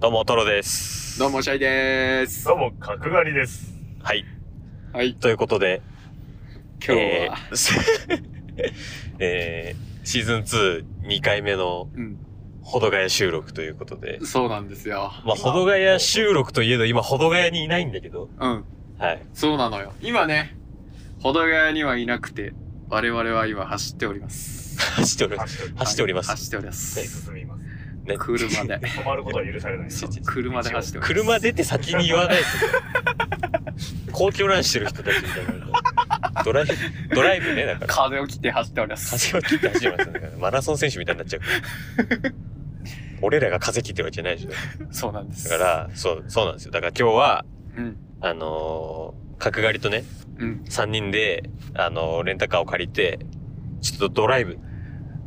どうも、トロです。どうも、シャイです。どうも、角刈りです。はい。はい、ということで、今日は、えー えーシーズン2、2回目の、うん、ほどがや収録ということで。そうなんですよ。まあ、ほどがや収録といえど、今、ほどがやにいないんだけど。うん、はい。 そうなのよ。今ね、保土ヶ谷にはいなくて、我々は今走っております。走っております。走って走っております。走っております。進みます。ね車 で。止まることは許されない。ちょちょ車で走っております。車出て先に言わないですよ。公共ランしてる人たちみたいな。ドライブ、ドライブね、だから。風を切って走っております。風を切って走りますよね。マラソン選手みたいになっちゃうから。俺らが風切ってるわけじゃないでしょ。そうなんです。だか、ら、そう、そうなんですよ。だから今日は、うん、あのー角刈りとね、うん。 3人で、あのーレンタカーを借りて、ちょっとドライブ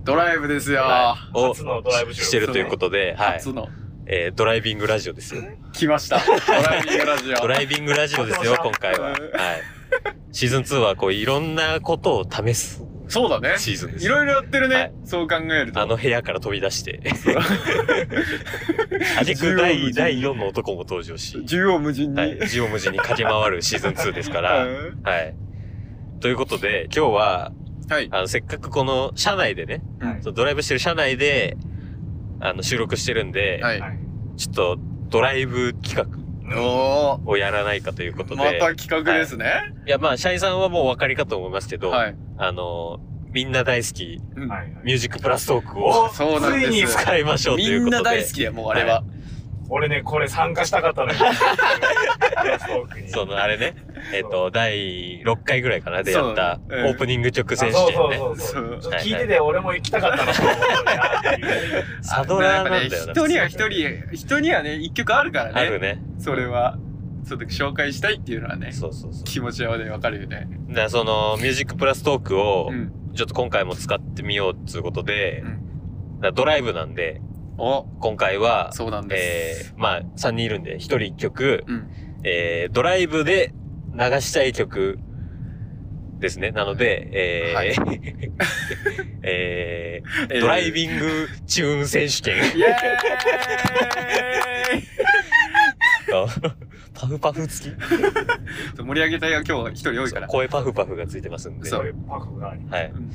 ドライブですよ。はいを初のドライブ収録してるということで、はい初。の、えードライビングラジオです よ。来ました。ドライビングラジオ。 ドライビングラジオですよ、今回は。うはんい。シーズン2は、こう、いろんなことを試すそうだね。シーズンです。いろいろやってるね。はいそう考えると。あの部屋から飛び出 して。あげく縦第横第4の男も登場し、縦横無尽に。はい。ジオ無事に駆け回るシーズン2ですかうら、んはい。ということで、今日は、はい。あの、せっかくこの車内でね、うんそうドライブしてる車内で、あの、収録してるんで、はい。はい。ちょっとドライブ企お画をやらないかということー、で、また企画ですね。いや、まあ、シャイさんはもうお分かりかと思いますけど、はい。あの、みんな大好き、うんはいはいミュージックプラストークをそうなんですついに使いましょうとみいうことんで。な大好きだよ、もうあれは。俺ね、これ参加したかったのよ。そその、あれね、えっ、と、第6回ぐらいかな、でやった、そううんオープニング曲そう選手権ね。そうそそううそう。聞いてて、俺も行きたかったの。サドラーなんだやよっな。ぱね人には一人、人にはね、一曲あるからあるね。ね。それは、ちょっと紹介したいっていうのはね、そうそうそう。気持ちはね、わかるよね。だからその、ミュージックプラストークをう、ん。ちょっと今回も使ってみようっつうことで、うだからドライブなんで、お、今回は、そうなんでえす。ー、まあ、3人いるんで、1人1曲、うん。えー、ドライブで流したい曲ですね。なので、えー、はい えー、ドラインビングチューン選手権。 グ。イエパフパフ付きーイ盛り上げ隊が今日は一人多いから。声パフパフがついてますんで。そそうういうパフがあり。はい。うん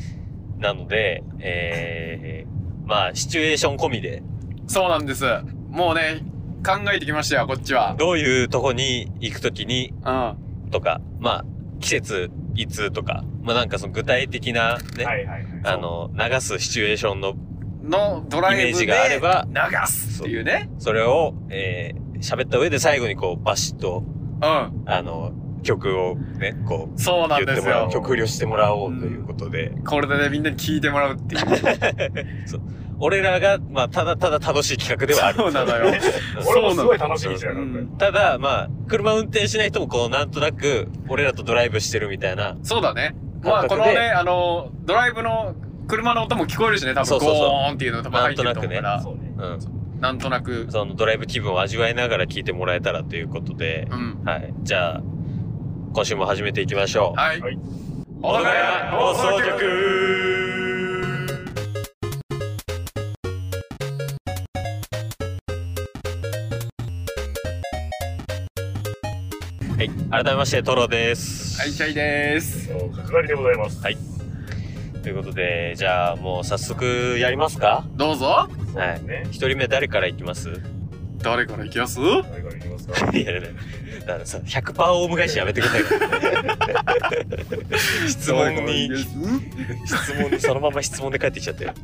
なので、えー、まあ、シチュエーション込みで、そうなんです。もうね、考えてきましたよ、こっちは。どういうとこに行くときに、うん。とか、まあ、季節、いつとか、まあなんかその具体的なね、はいはいはい。あの、流すシチュエーションの、のドライイメーブジでがあれば流すっていうね。それを、えー、喋った上で最後にこう、バシッと、うん。あの、曲をね、こう、そうなん言っでてすもらよう、。曲振りをしてもらおうということで、これでね、みんなに聞いてもらうっていう。俺らが、まあ、ただただ楽しい企画ではある。そうなのよ。俺もすごい楽しみにしてたうから、これん ただ、まあ、車運転しない人もこう、なんとなく、俺らとドライブしてるみたいな、そうだね。まあ、感覚こでのね、あの、ドライブの車の音も聞こえるしね、多そう分そうそうゴーンっていうのが多分入ってると思うから、そうね。うん。なんとなく、そのドライブ気分を味わいながら聴いてもらえたらということで、うん。はい。じゃあ、今週も始めていきましょう。はいは。い。お互い放送局はい、改めましてトロです。はい、シャイです。そう角刈りでございます。はい。ということで、じゃあもう早速やりますか。どうぞ。はい。ね。一人目誰からいきます？ 誰から行きます誰から行きますかいやいやいやだからさ、100%オウム返しやめてください。質問に誰から行きます質問にそのまま質問で帰ってきちゃったよ。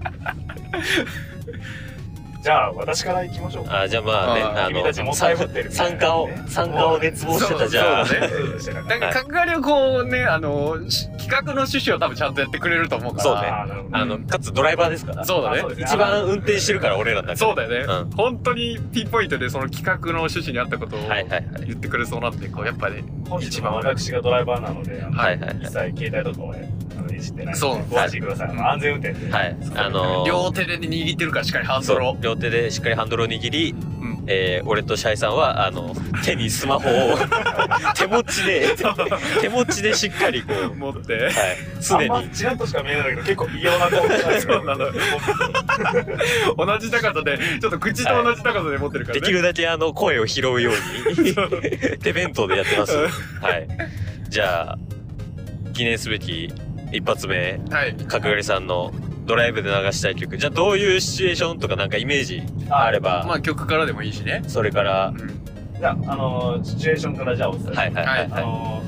じゃあ、私から行きましょうか。あじゃあまあね、あーあ君たちの、も参加最後ってるみたいな参加を、参加を熱望してたじゃあ、そうだねそうでしたなんか、角刈りをこうね、あの、し企画の趣旨を多分ちゃんとやってくれると思うから。そうねあーなるほどあの、かつドライバーですから、そうだねあそうですね一番運転してるから俺らだから。そうだよねう。本当にピンポイントでその企画の趣旨に合ったことをはいはいはい。言ってくれそうなんで、こう、やっぱね、本日は私がドライバーなので、あのはいはいはい一切携帯とかはね、あのいじってないので。そうご安心ください。あの安全運転で。はい。あのー両手で握ってるからしっかりハンドルそをう。両手でしっかりハンドルを握り、うんえー俺とシャイさんは、あの、手にスマホを、手持ちで、手持ちでしっかりこう、持って はい、常あんにま、ちらっとしか見えないんだけど、結構異様な顔してるそうなの同じ高さでちょっと口と同じ高さで持ってるからねできるだけあの、声を拾うように、手弁当でやってます。うんはい。じゃあ、記念すべき一発目、はい角刈りさんのドライブで流したい曲。じゃあ、どういうシチュエーションとかなんかイメージあれば、まあ曲からでもいいしね。それから、うん。じゃあ、あのー、シチュエーションからじゃあお伝えしますはいはいはいはあい。の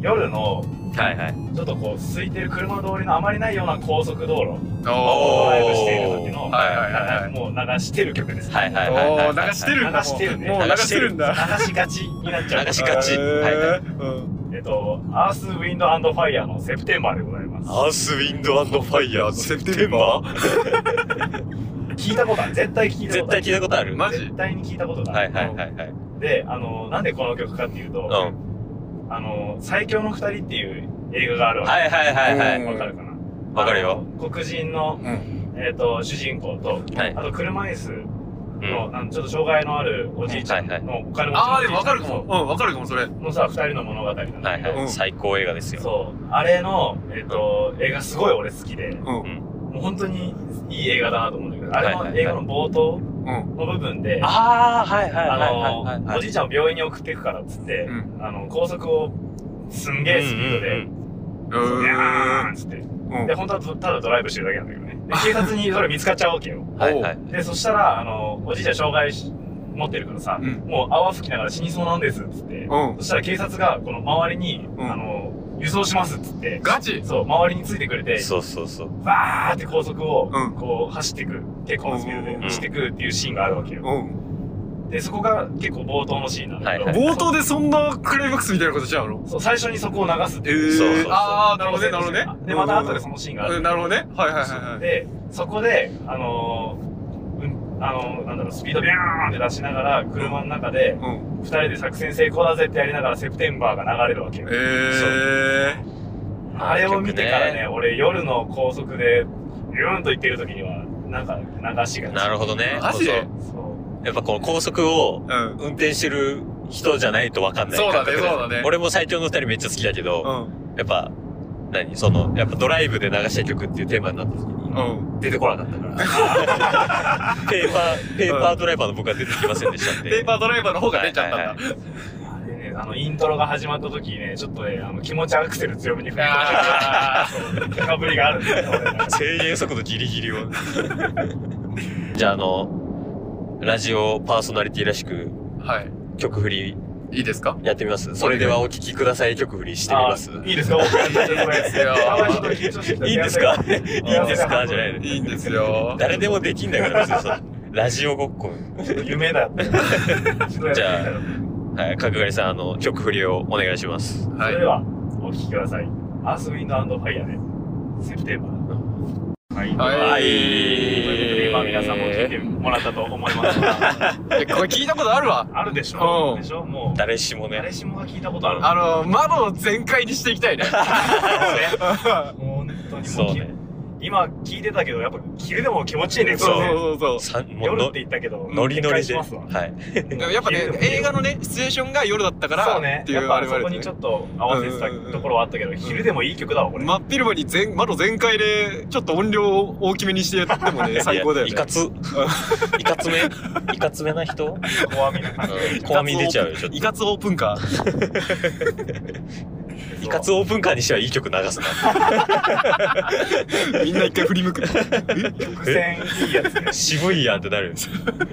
ー、夜の、はいはい。ちょっとこう、空いてる車通りのあまりないような高速道路、ドおラーイブしている時の、はいはいはいはいもう流してる曲です。はいはいはいはいおはーい。流してるんだもう流してるねもう流してるんだ流しがちになっちゃう。流しがちへーはいはうんえっと、アースウィンドアンドファイヤーのセプテンバーでございます。アースウィンドアンドファイヤー、セプテンバー聞いたことある。絶対聞いたこ絶とあ対る。聞いたことある。マジ絶対に聞いたことがあはいる。はいはいはい。うで、あのー、なんでこの曲かっていうと、ん。あの、最強の二人っていう映画があるわけ。はいはいはいはうい。んわかるかなわかるよ。あの黒人の、うえっ、と、主人公と、はいあと車椅子うん。の、あのちょっと障害のあるおじいちゃんの、はいお金持ちのおじいちゃんああ、でもわかるかも。うん、わかるかも、それ。のさ、二人の物語なはんだいけはど、い、うん最高映画ですよ。そう、あれの、えっ、と、映画すごい俺好きで、うんもう本当にいい映画だなと思うんだけど、あれはいはいのはい映画の冒う頭んの部分で、ああ、はいはいあの、おじいちゃんを病院に送っていくからっつって、うんあの、高速をすんげえスピードで、うそうギャーンーっつって。んで、本当はただドライブしてるだけなんだけどね。で、警察にそれ見つかっちゃうわけよ。はいはい。で、そしたら、あの、おじいちゃん障害し持ってるからさ、うんもう泡吹きながら死にそうなんですっつって、うんそしたら警察がこの周りに、うんあの、輸送しますっつって、ガチそう、周りについてくれて、そうそうそう。バーって高速をうん、こう、走ってく、結構なスピードでうん走ってくっていうシーンがあるわけよ。うんで、そこが結構冒頭のシーンなんだけど、はいはい冒頭でそんなクライマックスみたいなことしちゃうのそう、最初にそこを流すってえいう。そうそうそうーああなるほどねなるほどねで、また後でそのシーンがあるうんなるほどねはいはいはいはいでそこであのーうんあのーなんだろうスピードビャーンって出しながら車の中でうん2人で作戦成功だぜってやりながらセプテンバーが流れるわけよえあれを見てからね曲俺夜の高速でビューンと行ってる時にはなんか流しがちなるほどね。マジでそうそうやっぱこの高速をーうん運転してる人じゃないとわかんないそうだね感覚そうだね俺も最強の二人めっちゃ好きだけうど、んやっぱ、何その、やっぱドライブで流した曲っていうテーマになった時にうん出てこなかったから。 ペーパー、ペーパードライバーの僕は出てきませんでしたんで。ペーパードライバーの方が出ちゃったんだ、はいはいはいあれねあのイントロが始まった時にねちょっとねあの気持ちアクセル強めに振りあ込んでかぶりがあるんだよね俺の中で制限速度ギリギリを。じゃああの、ラジオパーソナリティらしくはい曲振りいいですかやってみますそれではお聴きください曲振りしてみますあいいですか僕いいですよちょっと緊張してきたいいんですかいいんですかじゃないのいいんですよ誰でもできんだから別にさラジオごっこ夢だって。 じゃあはい角刈りさんあの曲振りをお願いしますそ はいれでは、お聴きください。アースウィンドアンドファイアで、セプテンバー。はい。はいはい。いということで、今皆さんも聞いてもらったと思いま すが、えこれ聞いたことあるわあるでしょうんでしょもう、誰しもね誰しもが聞いたことある。あの窓を全開にしていきたいね もう本当にそもううきね、今聞いてたけど、やっぱ昼でも気持ちいいね、そうこれねそうそうそさんもう夜っのて言ったけど、ノリノリで警戒しまはすわいうやっぱね映画のねシチュエーションが夜だったからそうねっていやっうあぱれそはあれこだにねちょっと合わせてたところはあったけど、昼でもいい曲だわこれ、真っ昼間に全窓全開でちょっと音量を大きめにしてやってもね最高だよいねやいかついかつめいかつめな人怖みな感じうん 怖み出ちゃうよちょっといかつオープンカーいかつオープンカーにしてはいい曲流すなみんな一回振り向く 伏線いいやつね渋いやんってなる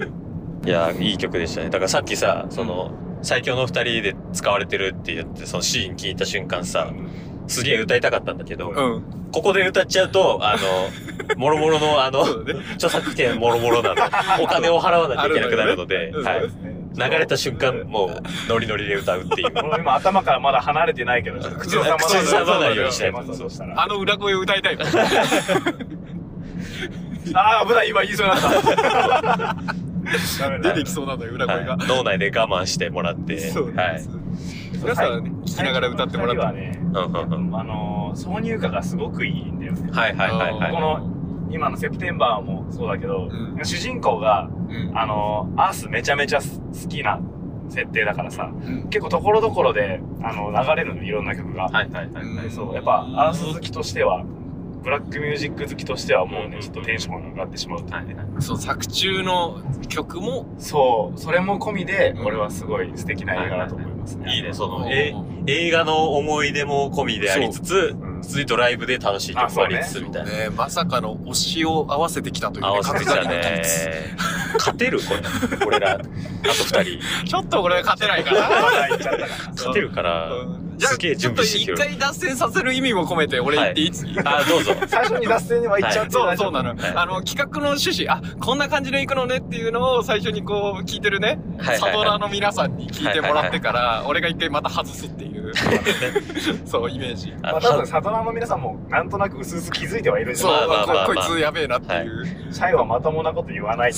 いやいい曲でしたねだからさっきさその最強の二人で使われてるって言ってそのシーン聞いた瞬間さすげえ歌いたかったんだけど、うんここで歌っちゃうとあ のもろもろのあのそうだね著作権もろもろなのお金を払わなきゃいけなくなるので、あるのはよいね、流れた瞬間もうノリノリで歌うって いう俺今頭からまだ離れてないけ ど、口口をを挟挟まなまいないようにしてそうそうそうしたら。あの裏声を歌いたい のああ、危ない、今言いそうになった。 出てきそうなんだよ裏声はがい、脳内で我慢してもらって そうはい皆さんはね聞きながら歌ってもらったはらね、うんうんうんあのー、挿入歌がすごくいいんだよね。はいはいはいはいこの今のセプテンバーもそうだけど、う主人公が、うんあの、アースめちゃめちゃす好きな設定だからさ、ん結構ところどころで、あの、流れるのいろんな曲が。はいはいはい。うんそう、やっぱ、アース好きとしては、ブラックミュージック好きとしてはもうね、ちょっとテンションが上がってしまう。はいはいそう作中の曲もそう、それも込みでう、ん俺はすごい素敵な映画だと思いますね。いいね、その、ええ映画の思い出も込みでありつつ、うん。普通にドライブで楽しい曲もありつつみたいな。ねまさかの推しを合わせてきたという合ねわせてきた角田にねのつ。勝てるこれ。俺ら、あと二人。ちょっとこれ勝てないかなまだ行っちゃったから。 勝てるから。じゃあすげえちょ準っと備してきてる一回脱線させる意味も込めて俺言っていい、あ、どうぞ。最初に脱線には行っちゃってそ大う丈そ夫うなの、はいあの企画の趣旨あこんな感じでいくのねっていうのを最初にこう聞いてるね、はいサはいドはラーの皆さんに聞いてもらってから、俺が一回また外すっていう そうイメージい。まあ、多分、サトラーの皆さんも、なんとなく薄々気づいてはいるんじゃそう、まあまあこまあこいつやべえなっていう、シャイはまともなこと言わない。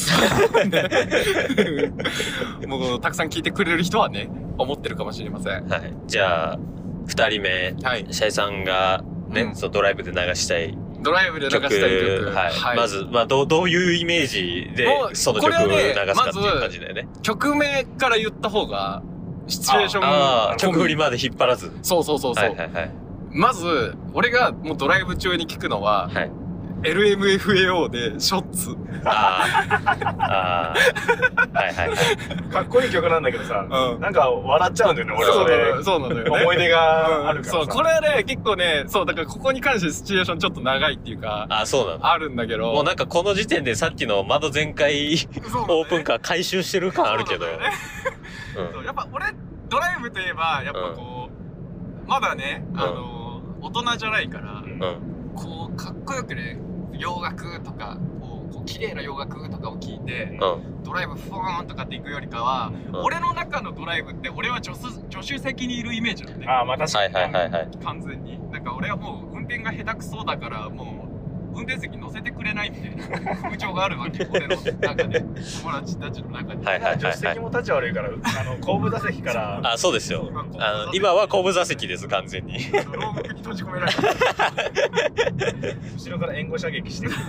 もうたくさん聞いてくれる人はね思ってるかもしれませんはい。じゃあ、二人目、はいシャイさんが、ね、うんそうドライブで流したいドライブで流した曲い曲はいまず、まあ、どうどういうイメージでもうその曲をこ流れすはかねってまいうず感じだよね。曲名から言った方がシチュエーションああ、込み曲振りまで引っ張らず。そうそうそうそう、はいはいはい。まず俺がもうドライブ中に聞くのははい、 LMFAO でショッツああ、あ あ、はいはいはい。かっこいい曲なんだけどさ、うんなんか笑っちゃうんだよね、俺そうなのはよね。そうなのよ、ね、思い出があるからそうさ。これはね結構ねそうだからここに関してシチュエーションちょっと長いっていうかああ、そうなの。あるんだけどもうなんかこの時点でさっきの窓全開 そうなんだよねオープンカー回収してる感あるけど。そうなんだよねうんそうやっぱ俺ドライブといえばやっぱこう、まだねあの、大人じゃないからうん。こうかっこよくね洋楽とかをこう綺麗な洋楽とかを聞いてうん。ドライブフォーンとかって行くよりかは、うん俺の中のドライブって俺は助手助手席にいるイメージなんだよああ、まあ確かはいはいはいはい。完全になんか俺はもう運転が下手くそだからもう運転席乗せてくれないみたいな風潮があるわ け俺の中で友達たちの中ではいはいに。助手席も立ち悪いから、あの、後部座席から、あ、そうですよ。あの、今は後部座席です、完全に。あの牢獄に閉じ込められた後ろから援護射撃してくるか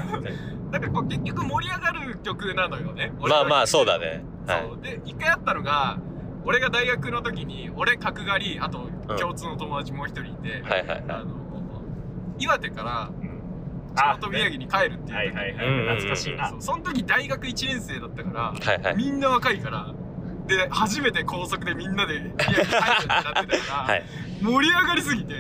だら。からこう結局盛り上がる曲なのよねまあまああ、そうだね。はい。そうで一回あったのが俺が大学の時に俺角刈りあと共通の友達もう一人いて、はいはいはあの岩手からあ地元宮城に帰るっていう時に、はいはいはうんうんうんい。懐かしいなそ。うその時大学1年生だったから、い。はいはい。みんな若いからで初めて高速でみんなで宮城帰るってなってたから、はい。盛り上がりすぎて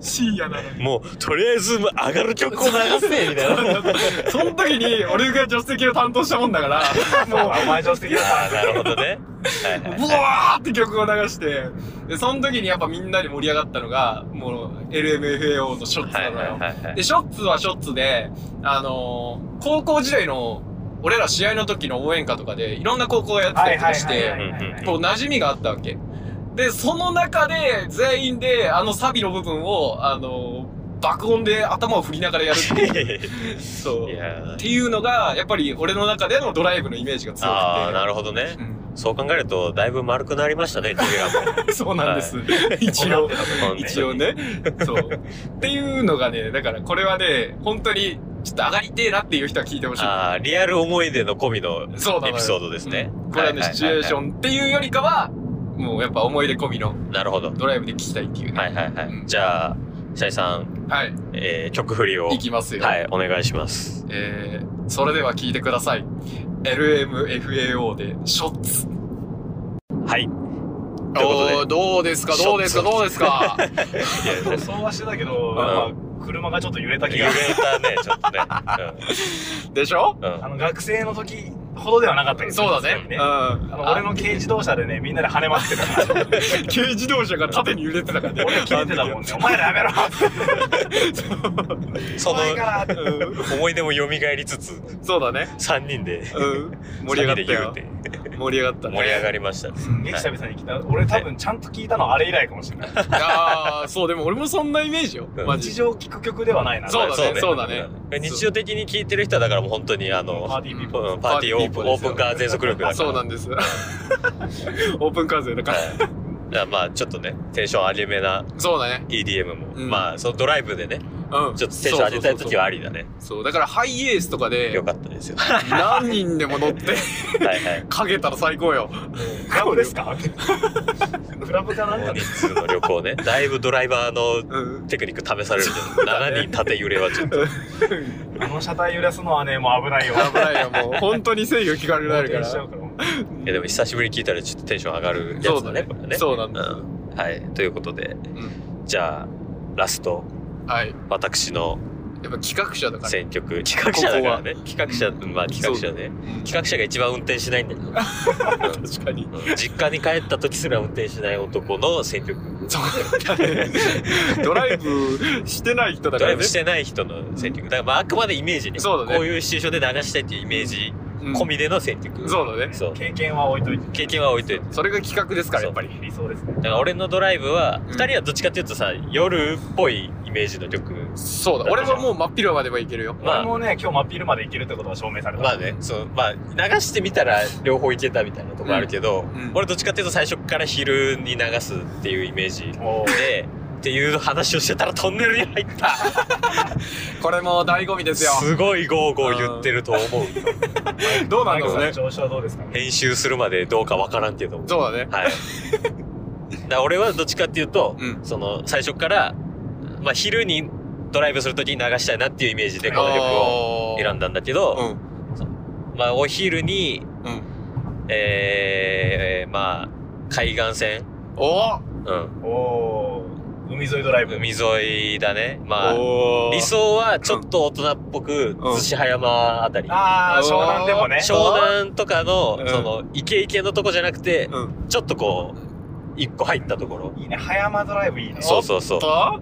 深夜なの に。もう、とりあえず上がる曲を流せ、みたいな。その時に俺が助手席を担当したもんだから、もう、お前助手席だ。 あなるほどね。はいはいブワーって曲を流して、で、その時にやっぱみんなで盛り上がったのが、もう LMFAO のショッツはないのはいよ。はいはい で、。ショッツはショッツで、あのー高校時代の、俺ら試合の時の応援歌とかで、いろんな高校やってたりとかして、うんこう馴染みがあったわけ。で、その中で、全員で、あのサビの部分を、あのー爆音で頭を振りながらやるって いう。そう。いっやーていうのが、やっぱり俺の中でのドライブのイメージが強くて。ああ、なるほどね。そう考えると、だいぶ丸くなりました ね、手がもう。うんそうなんです。一応。本当に一応。ね。そう。っていうのがね、だからこれはね、本当に、ちょっと上がりてえなっていう人は聞いてほしい。ああ、リアル思い出の込みのそうだエピソードですね。これはね、シチュエーシン。ョンっていうよりかは、もうやっぱ思い出込みのなるほど。ドライブで聞きたいっていうね。ははいはいはい。うんじゃあ、シャイさん、い。えー、曲振りを、い、きますよ。はい、お願いします。えー、それでは聞いてください。LMFAO で、ショッツ。はい。ということでおーどうですかショッツどうですかどうですか予想はしてたけど、まあ車がちょっと揺れた気揺がれ。たね、ちょっとね。 でしょうん。うんあの、学生の時ほどではなかったけど。そうだね。ねうん。あの、俺の軽自動車でね、みんなで跳ねまくってたから。軽自動車が縦に揺れてたからね。俺が切れてたもんね。お前らやめろそおの前からうん思い出も蘇りつつ、そうだね。 3人で、うん。盛り上がった三人。よで言うて盛り上がったね。盛り上がりましたね。すんげえ久々に来た。俺多分ちゃんと聞いたのあれ以来かもしれない。ああ、そう、でも俺もそんなイメージよ。うんマ日ジで。常聞く曲ではないな。そうだねそうだねうん日常的に聴いてる人は、だからもう本当に、あの、パーティーピーポー。うんパーティーオープン、オープンカー全速力だから。そうなんです。 オープンカー勢だから。はい。じゃあまあ、ちょっとね、テンション上げめなそうだね。 EDM も、うんまあ、そのドライブでね、うん。うんちょっとテンション上げたい時はありだね。そうだからハイエースとかでよかったですよ。何人でも乗ってはいはい。かけたら最高よクラブですかクラブかなん大かで人数の旅行 ね。だいぶドライバーのうんテクニック試されるけど、7人縦揺れはちょっと。あの車体揺らすのはねもう危ないよ危ないよもう本当に制御効かれ危なるからしちゃうからいやでも久しぶりに聞いたらちょっとテンション上がるやそうつだだね、ねこれね。そうなんうだ、ん。はい。ということで、じゃあ、ラスト、はいや私のっぱ企画者だから、選曲、企画者だからね。企画者、まあ企画者ね。うん企画者が一番運転しないんだけど。うん確かに実家に帰った時すら運転しない男の選曲。そうだねドライブしてない人ドだかラらイブねしてない人の選曲。だからまああくまでイメージね。そうだねこういうシチュエーションで流したいっていうイメージうん込みでの選曲。そうだねそう。経験は置いといて経験は置いといて。それが企画ですからやっぱり理想ですねだから俺のドライブは、ん二人はどっちかっていうとさ、夜っぽいイメージの曲。そうだ俺はもう真っ昼間まではいけるよまあ俺もね今日真っ昼まで行けるってことが証明されたまあね、そう、まあ、流してみたら両方いけたみたいなとこあるけど、んうん俺どっちかっていうと最初から昼に流すっていうイメージおーで、っていう話をしてたらトンネルに入 った。これも醍醐味ですよすごいゴーゴー言ってると思う。どうなマんイだろクうさんね調子はどうですかね編集するまでどうかわからんけど。はい。だかそうだねら俺はどっちかっていうと、うんその、最初から、まあ昼にドライブするときに流したいなっていうイメージでこの曲をあー選んだんだけど、まあ、お昼に、うんうんえー、まあ、海岸線、おうん、おおー海沿いドライブ海沿いだね。まあ、お理想はちょっと大人っぽく、うん逗子葉山あたり。ああ湘南でもね湘南とかの、うんその、イケイケのとこじゃなくて、うんちょっとこう、一個入ったところ。いいね葉山ドライブいいねそうそうそう。と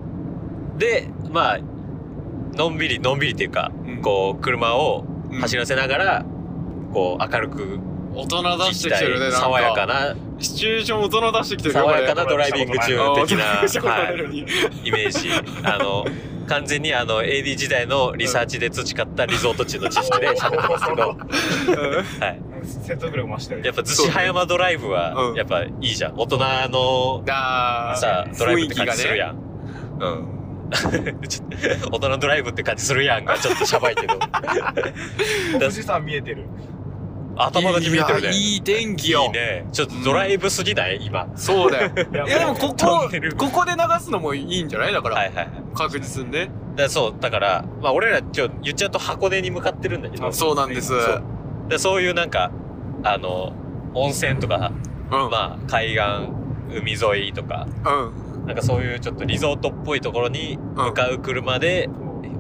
で、まあ、のんびり、のんびりっていうか、うんこう、車を走ららせながら、こう、明るく、大人出してきてるねなんか爽やかな、シチュエーション大人出してきてるよ爽やかなこドれライビング中これ的な、あーそう はないのにイメージ。あの、完全にあの、AD 時代のリサーチで培ったリゾート地の知識で喋ってますけど、はい。説得力増してるやっぱ、逗子葉山ドライブはう、んやっぱいいじゃん。大人の、だーさ、ドライブって感じする雰囲気がねやん。うん。ちょっと大人のドライブって感じするやんが、ちょっとしゃばいけど。富士山見えてる頭だけ見えてるね。いやいい天気よいいね。ちょっとドライブすぎない今。そうだ よいやいやでもここ飛こんでるここで流すのもいいんじゃないだから、はいはいはい。確実にねだそう、だから、まあ俺ら、ちょ、言っちゃうと箱根に向かってるんだけど、そうなんですそううでそういうなんか、あの、温泉とか、ん、まあ海岸、海沿いとか、うんなんかそういうちょっとリゾートっぽいところに向かう車で、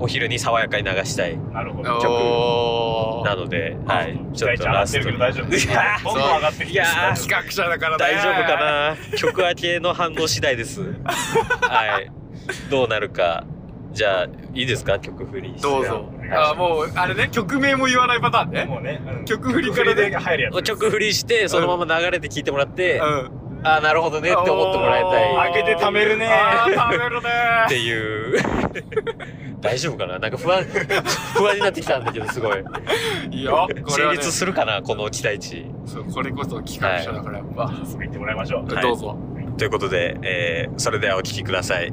お昼に爽やかに流したい。なるほどおなーので、はい。ちょっと上がってるけど大丈夫いやどんどん上がってきていやー企画者だからね大丈夫かな曲明けの反応次第です。はい。どうなるか。じゃあ、いいですか曲振り。どうぞお願いしますあーもうあれね曲名も言わないパターンねもうね、うん曲振りからね曲入るやつです曲振りして、そのまま流れて聞いてもらって、うんああ、なるほどねって思ってもらいたい開けて貯めるねあー貯めるねっていう。 大丈夫かななんか不安、 不安になってきたんだけど、すごい。いいよこれ成は、ね、立するかなこの期待値。そうこれこそ企画者だからやっぱ、滑ってもらいましょうはいどうぞということで、えーそれではお聴きください。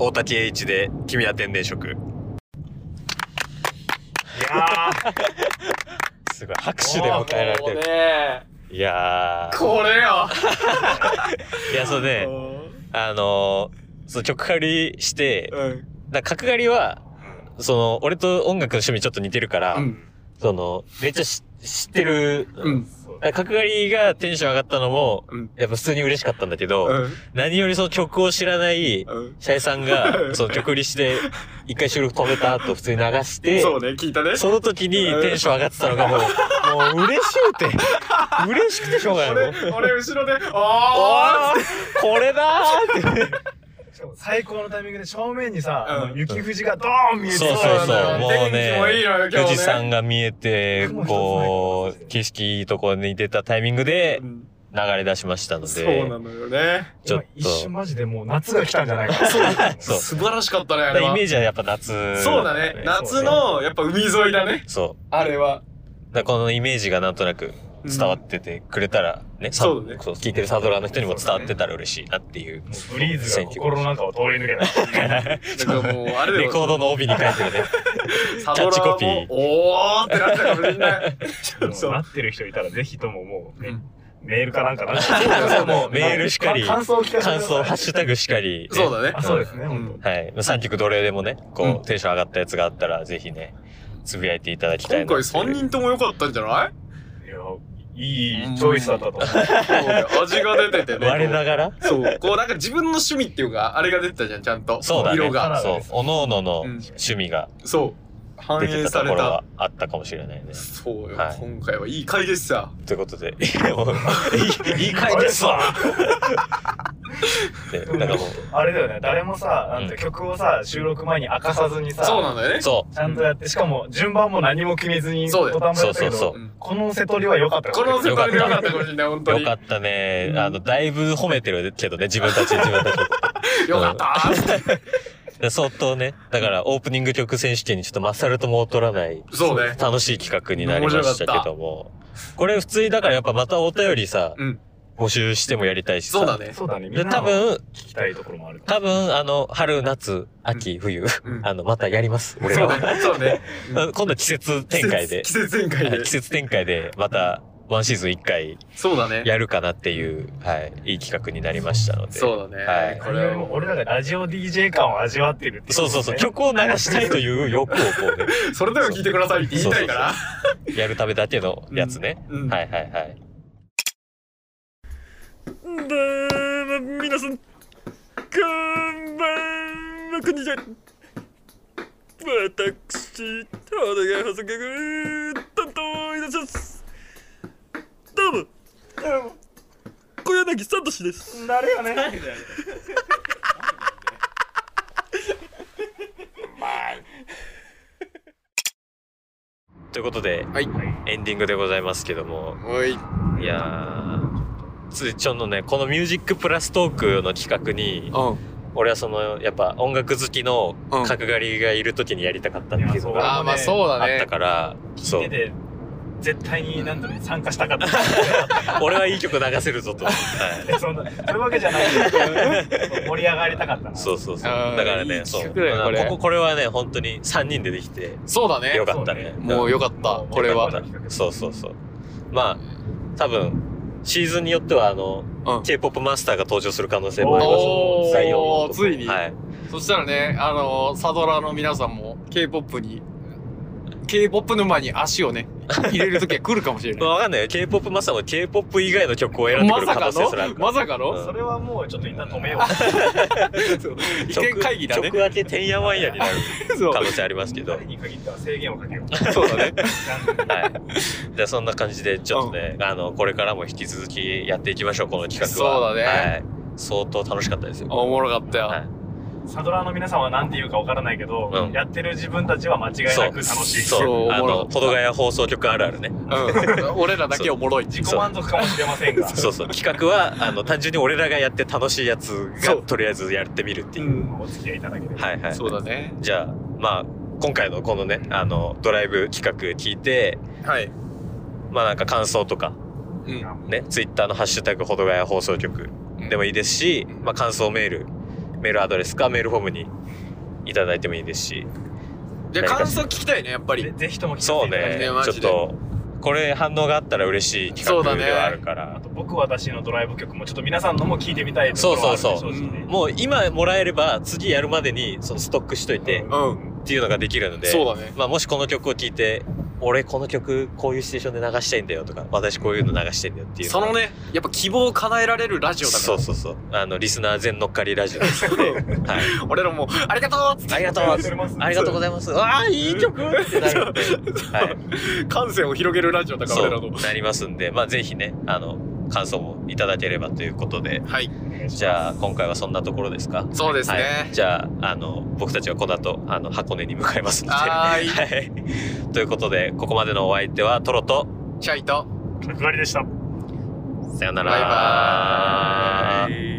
大滝栄一で、君は天然色。いやーすごい。拍手で迎えられてもうる。ねいやー。これよいや、そうね。あのー、その曲狩りして、うんだから角刈りは、その、俺と音楽の趣味ちょっと似てるから、うんその、めっちゃし知ってる、うんそうだから角刈りがテンション上がったのも、うんやっぱ普通に嬉しかったんだけど、うん何よりその曲を知らない、うんシャイさんが、その曲売りして、一回収録止めた後普通に流して、そうね聞いたねその時にテンション上がってたのがもう、もう嬉しいって、嬉しくてしょうがないもん。俺後ろで「おあーっーこれだーって。しかも最高のタイミングで正面にさ、うんあの雪富士がドーン見えてそうそうそう。ねもう天気もいいのよ今ね、日ね富士山が見えて、雲一つないこう、景色いいとこに出たタイミングでてうん流れ出しましたのそうでな、のよねちょっ今一と瞬、マジでもう夏が来たんじゃないかそう そう。素晴らしかったねあだかれらイはメージはやっぱ夏。そうだね夏。のやっぱ海沿いだねそう。あれはだからこのイメージがなんとなく伝わっててくれたらね、サそうだねそう聞いてるサドラーの人にも伝わってたら嬉しいなっていう。もうブリーズが心の中を通り抜けない。なんかもう、あれだレコーよ、ドの帯に書いて るね。サキャッドラチコーピーも、おーってなったかもしれない。そうなってる人いたら、ぜひとももう、ねうん。メールかなんかな。そうもうメールしかり感想を聞かせて感くだ想、ハさッシュタグしかり、そうだねい。あ。そうですね、う本当。んはい。3曲どれでもね、うこんう、テンション上がったやつがあったら、ぜひね、つぶやいていただきたいな今ってい回う。 3人とも良かったんじゃないいや、いいチョイスだったと思う。そう だよ味が出ててね。我ながらそう。こうなんか自分の趣味っていうか、あれが出てたじゃん、ちゃんと。そうだね。色が。そう。おのののうん趣味がそう。反出映てたさとこれろたは。あったかもしれないね。そうよ、はい今回はいい回でした。ということで、いやもういいいい回です わでなんかもう、あれだよね、誰もさ、なんてうん曲をさ、収録前に明かさずにさ、そうなんだよね。そちゃんとやって、しかも順番も何も決めずに、そうだよボタンう、もやそっうそうたけど、そこの瀬戸りは良かったよこの世界で良かったかもしれない、本当う。に。よかったね。あの、だいぶ褒めてるけどね、自分たち、自分たち。よかったで相当ね、だからオープニング曲選手権にちょっと勝るとも劣らない、そうね。楽しい企画になりましたけども。これ普通にだからやっぱまたお便りさ、うん募集してもやりたいしさ。そうだね。そうだね、みんで、な多の聞分、きたいところもある。多分、あの、春、夏、秋、冬、うんあの、またやります。俺そらうは。ね。そうね。今度は季節展開で季。節季節展開はい で季。節展開で、また、ワンシーズン1回そうだね。やるかなっていう、はい、いい企画になりましたので。そうだね。はいここれれははももうう俺らがラジオ DJ 感を味わってるっていそうそうそう、ね曲を流したいという欲をこうね、 それでは聞いてくださいって言いたいから。やるためだけのやつね。うんはいはいはい。皆さん、こんばんは、こんにちは。私、お願い補足担当いたします。どうも、小柳聡です。なるよね。ということで、はいエンディングでございますけども、おい。いやー、ついちょんのね、このミュージックプラストークの企画に、う俺はその、やっぱ音楽好きのうん角刈りがいる時にやりたかったっていうのん。がああ、まあそうあだったね。から、そ聞 いうて。て、絶対に何度も参加したかった。 俺はいい曲流せるぞと。はいそんな、そういうわけじゃないけど、盛り上がりたかったな。そうそうそう。あーだからいいね、そう。企画だよこれここ、これはね、本当に3人でできて、そうだねよ。かったね。もうよかった、これは。だからそうそうそう。まあ、多分、シーズンによっては、あの、うん K-POP マスターが登場する可能性もあります。おー第四のとこついにはい。そしたらね、あのサドラーの皆さんも K-POP に、K-POP 沼に足をね、入れる時は来るかもしれま あなわかんないよ。K-POP マスターも K-POP 以外の曲を選んい。でくまるさ可か能性すらあのるから。まさかのそれはもうちょっと一旦止めよう。一見会議だね曲。明けてんやわんやになるそう可能性ありますけど。は誰い。に限っては制限をかけよう。 そうだね。じゃあそんな感じで、ちょっとね、あの、これからも引き続きやっていきましょう、この企画は。そうだねはい。相当楽しかったですよ。おもろかったよ。はいサドラーの皆さんは何て言うかわからないけど、うんやってる自分たちは間違いなく楽しい。そう。そうそうあおもろの、かっ保た土ヶ谷放送局あるあるね。うん。俺らだけおもろい。自己満足かもしれませんが。そうそう。企画 は、あの、単純に俺らがやって楽しいやつそが、うとりあえずやってみるっていうう。ん。お付き合いいただければ。はいはい。そうだね。じゃあ、まあ、今回のこのね、あの、ドライブ企画聞いて、はい。まあなんか感想とか、うん。ね、ツイッターのハッシュタグ、ほどがや放送局でもいいですし、まあ感想メール、メールアドレスかメールフォームにいただいてもいいですし、じゃあ感想聞きたいね、やっぱりぜ。ぜひとも聞かせてそいうただきたいねねマ、ちょジっでと、これ反応があったら嬉しい企そ画うだねではあるかあら、と僕私のドライブ曲もちょっと皆さんのも聞いてみたいところはあるんでそうそうそう正直ねもう今もらえれば次やるまでにそのストックしといてうんうん。っていうのができるので、そうだね。まあもしこの曲を聴いて、俺この曲こういうシチュエーションで流したいんだよとか、私こういうの流したいんだよっていうそがのね、やっぱ希望を叶えられるラジオだそかうそうそう。あの、リスナー全乗っかりラジオですので、はい。ら。 俺らもう、 ありがとうっつっありがとうございます。ありがとうございます。わあ、いい曲ってなるんで、はい。て感性を広げるラジオだから、そ俺らの。う、なりますんで、まあ、ぜひね、あの、感想もいただければということで、はい。お願いしますじゃあ、今回はそんなところですかそうですはい。ね。じゃあ、あの、僕たちはこの後、あの、箱根に向かいますので。はー いはい。ということで、ここまでのお相手は、トロと、シャイと。角刈りでしたさよなら。バイバイ。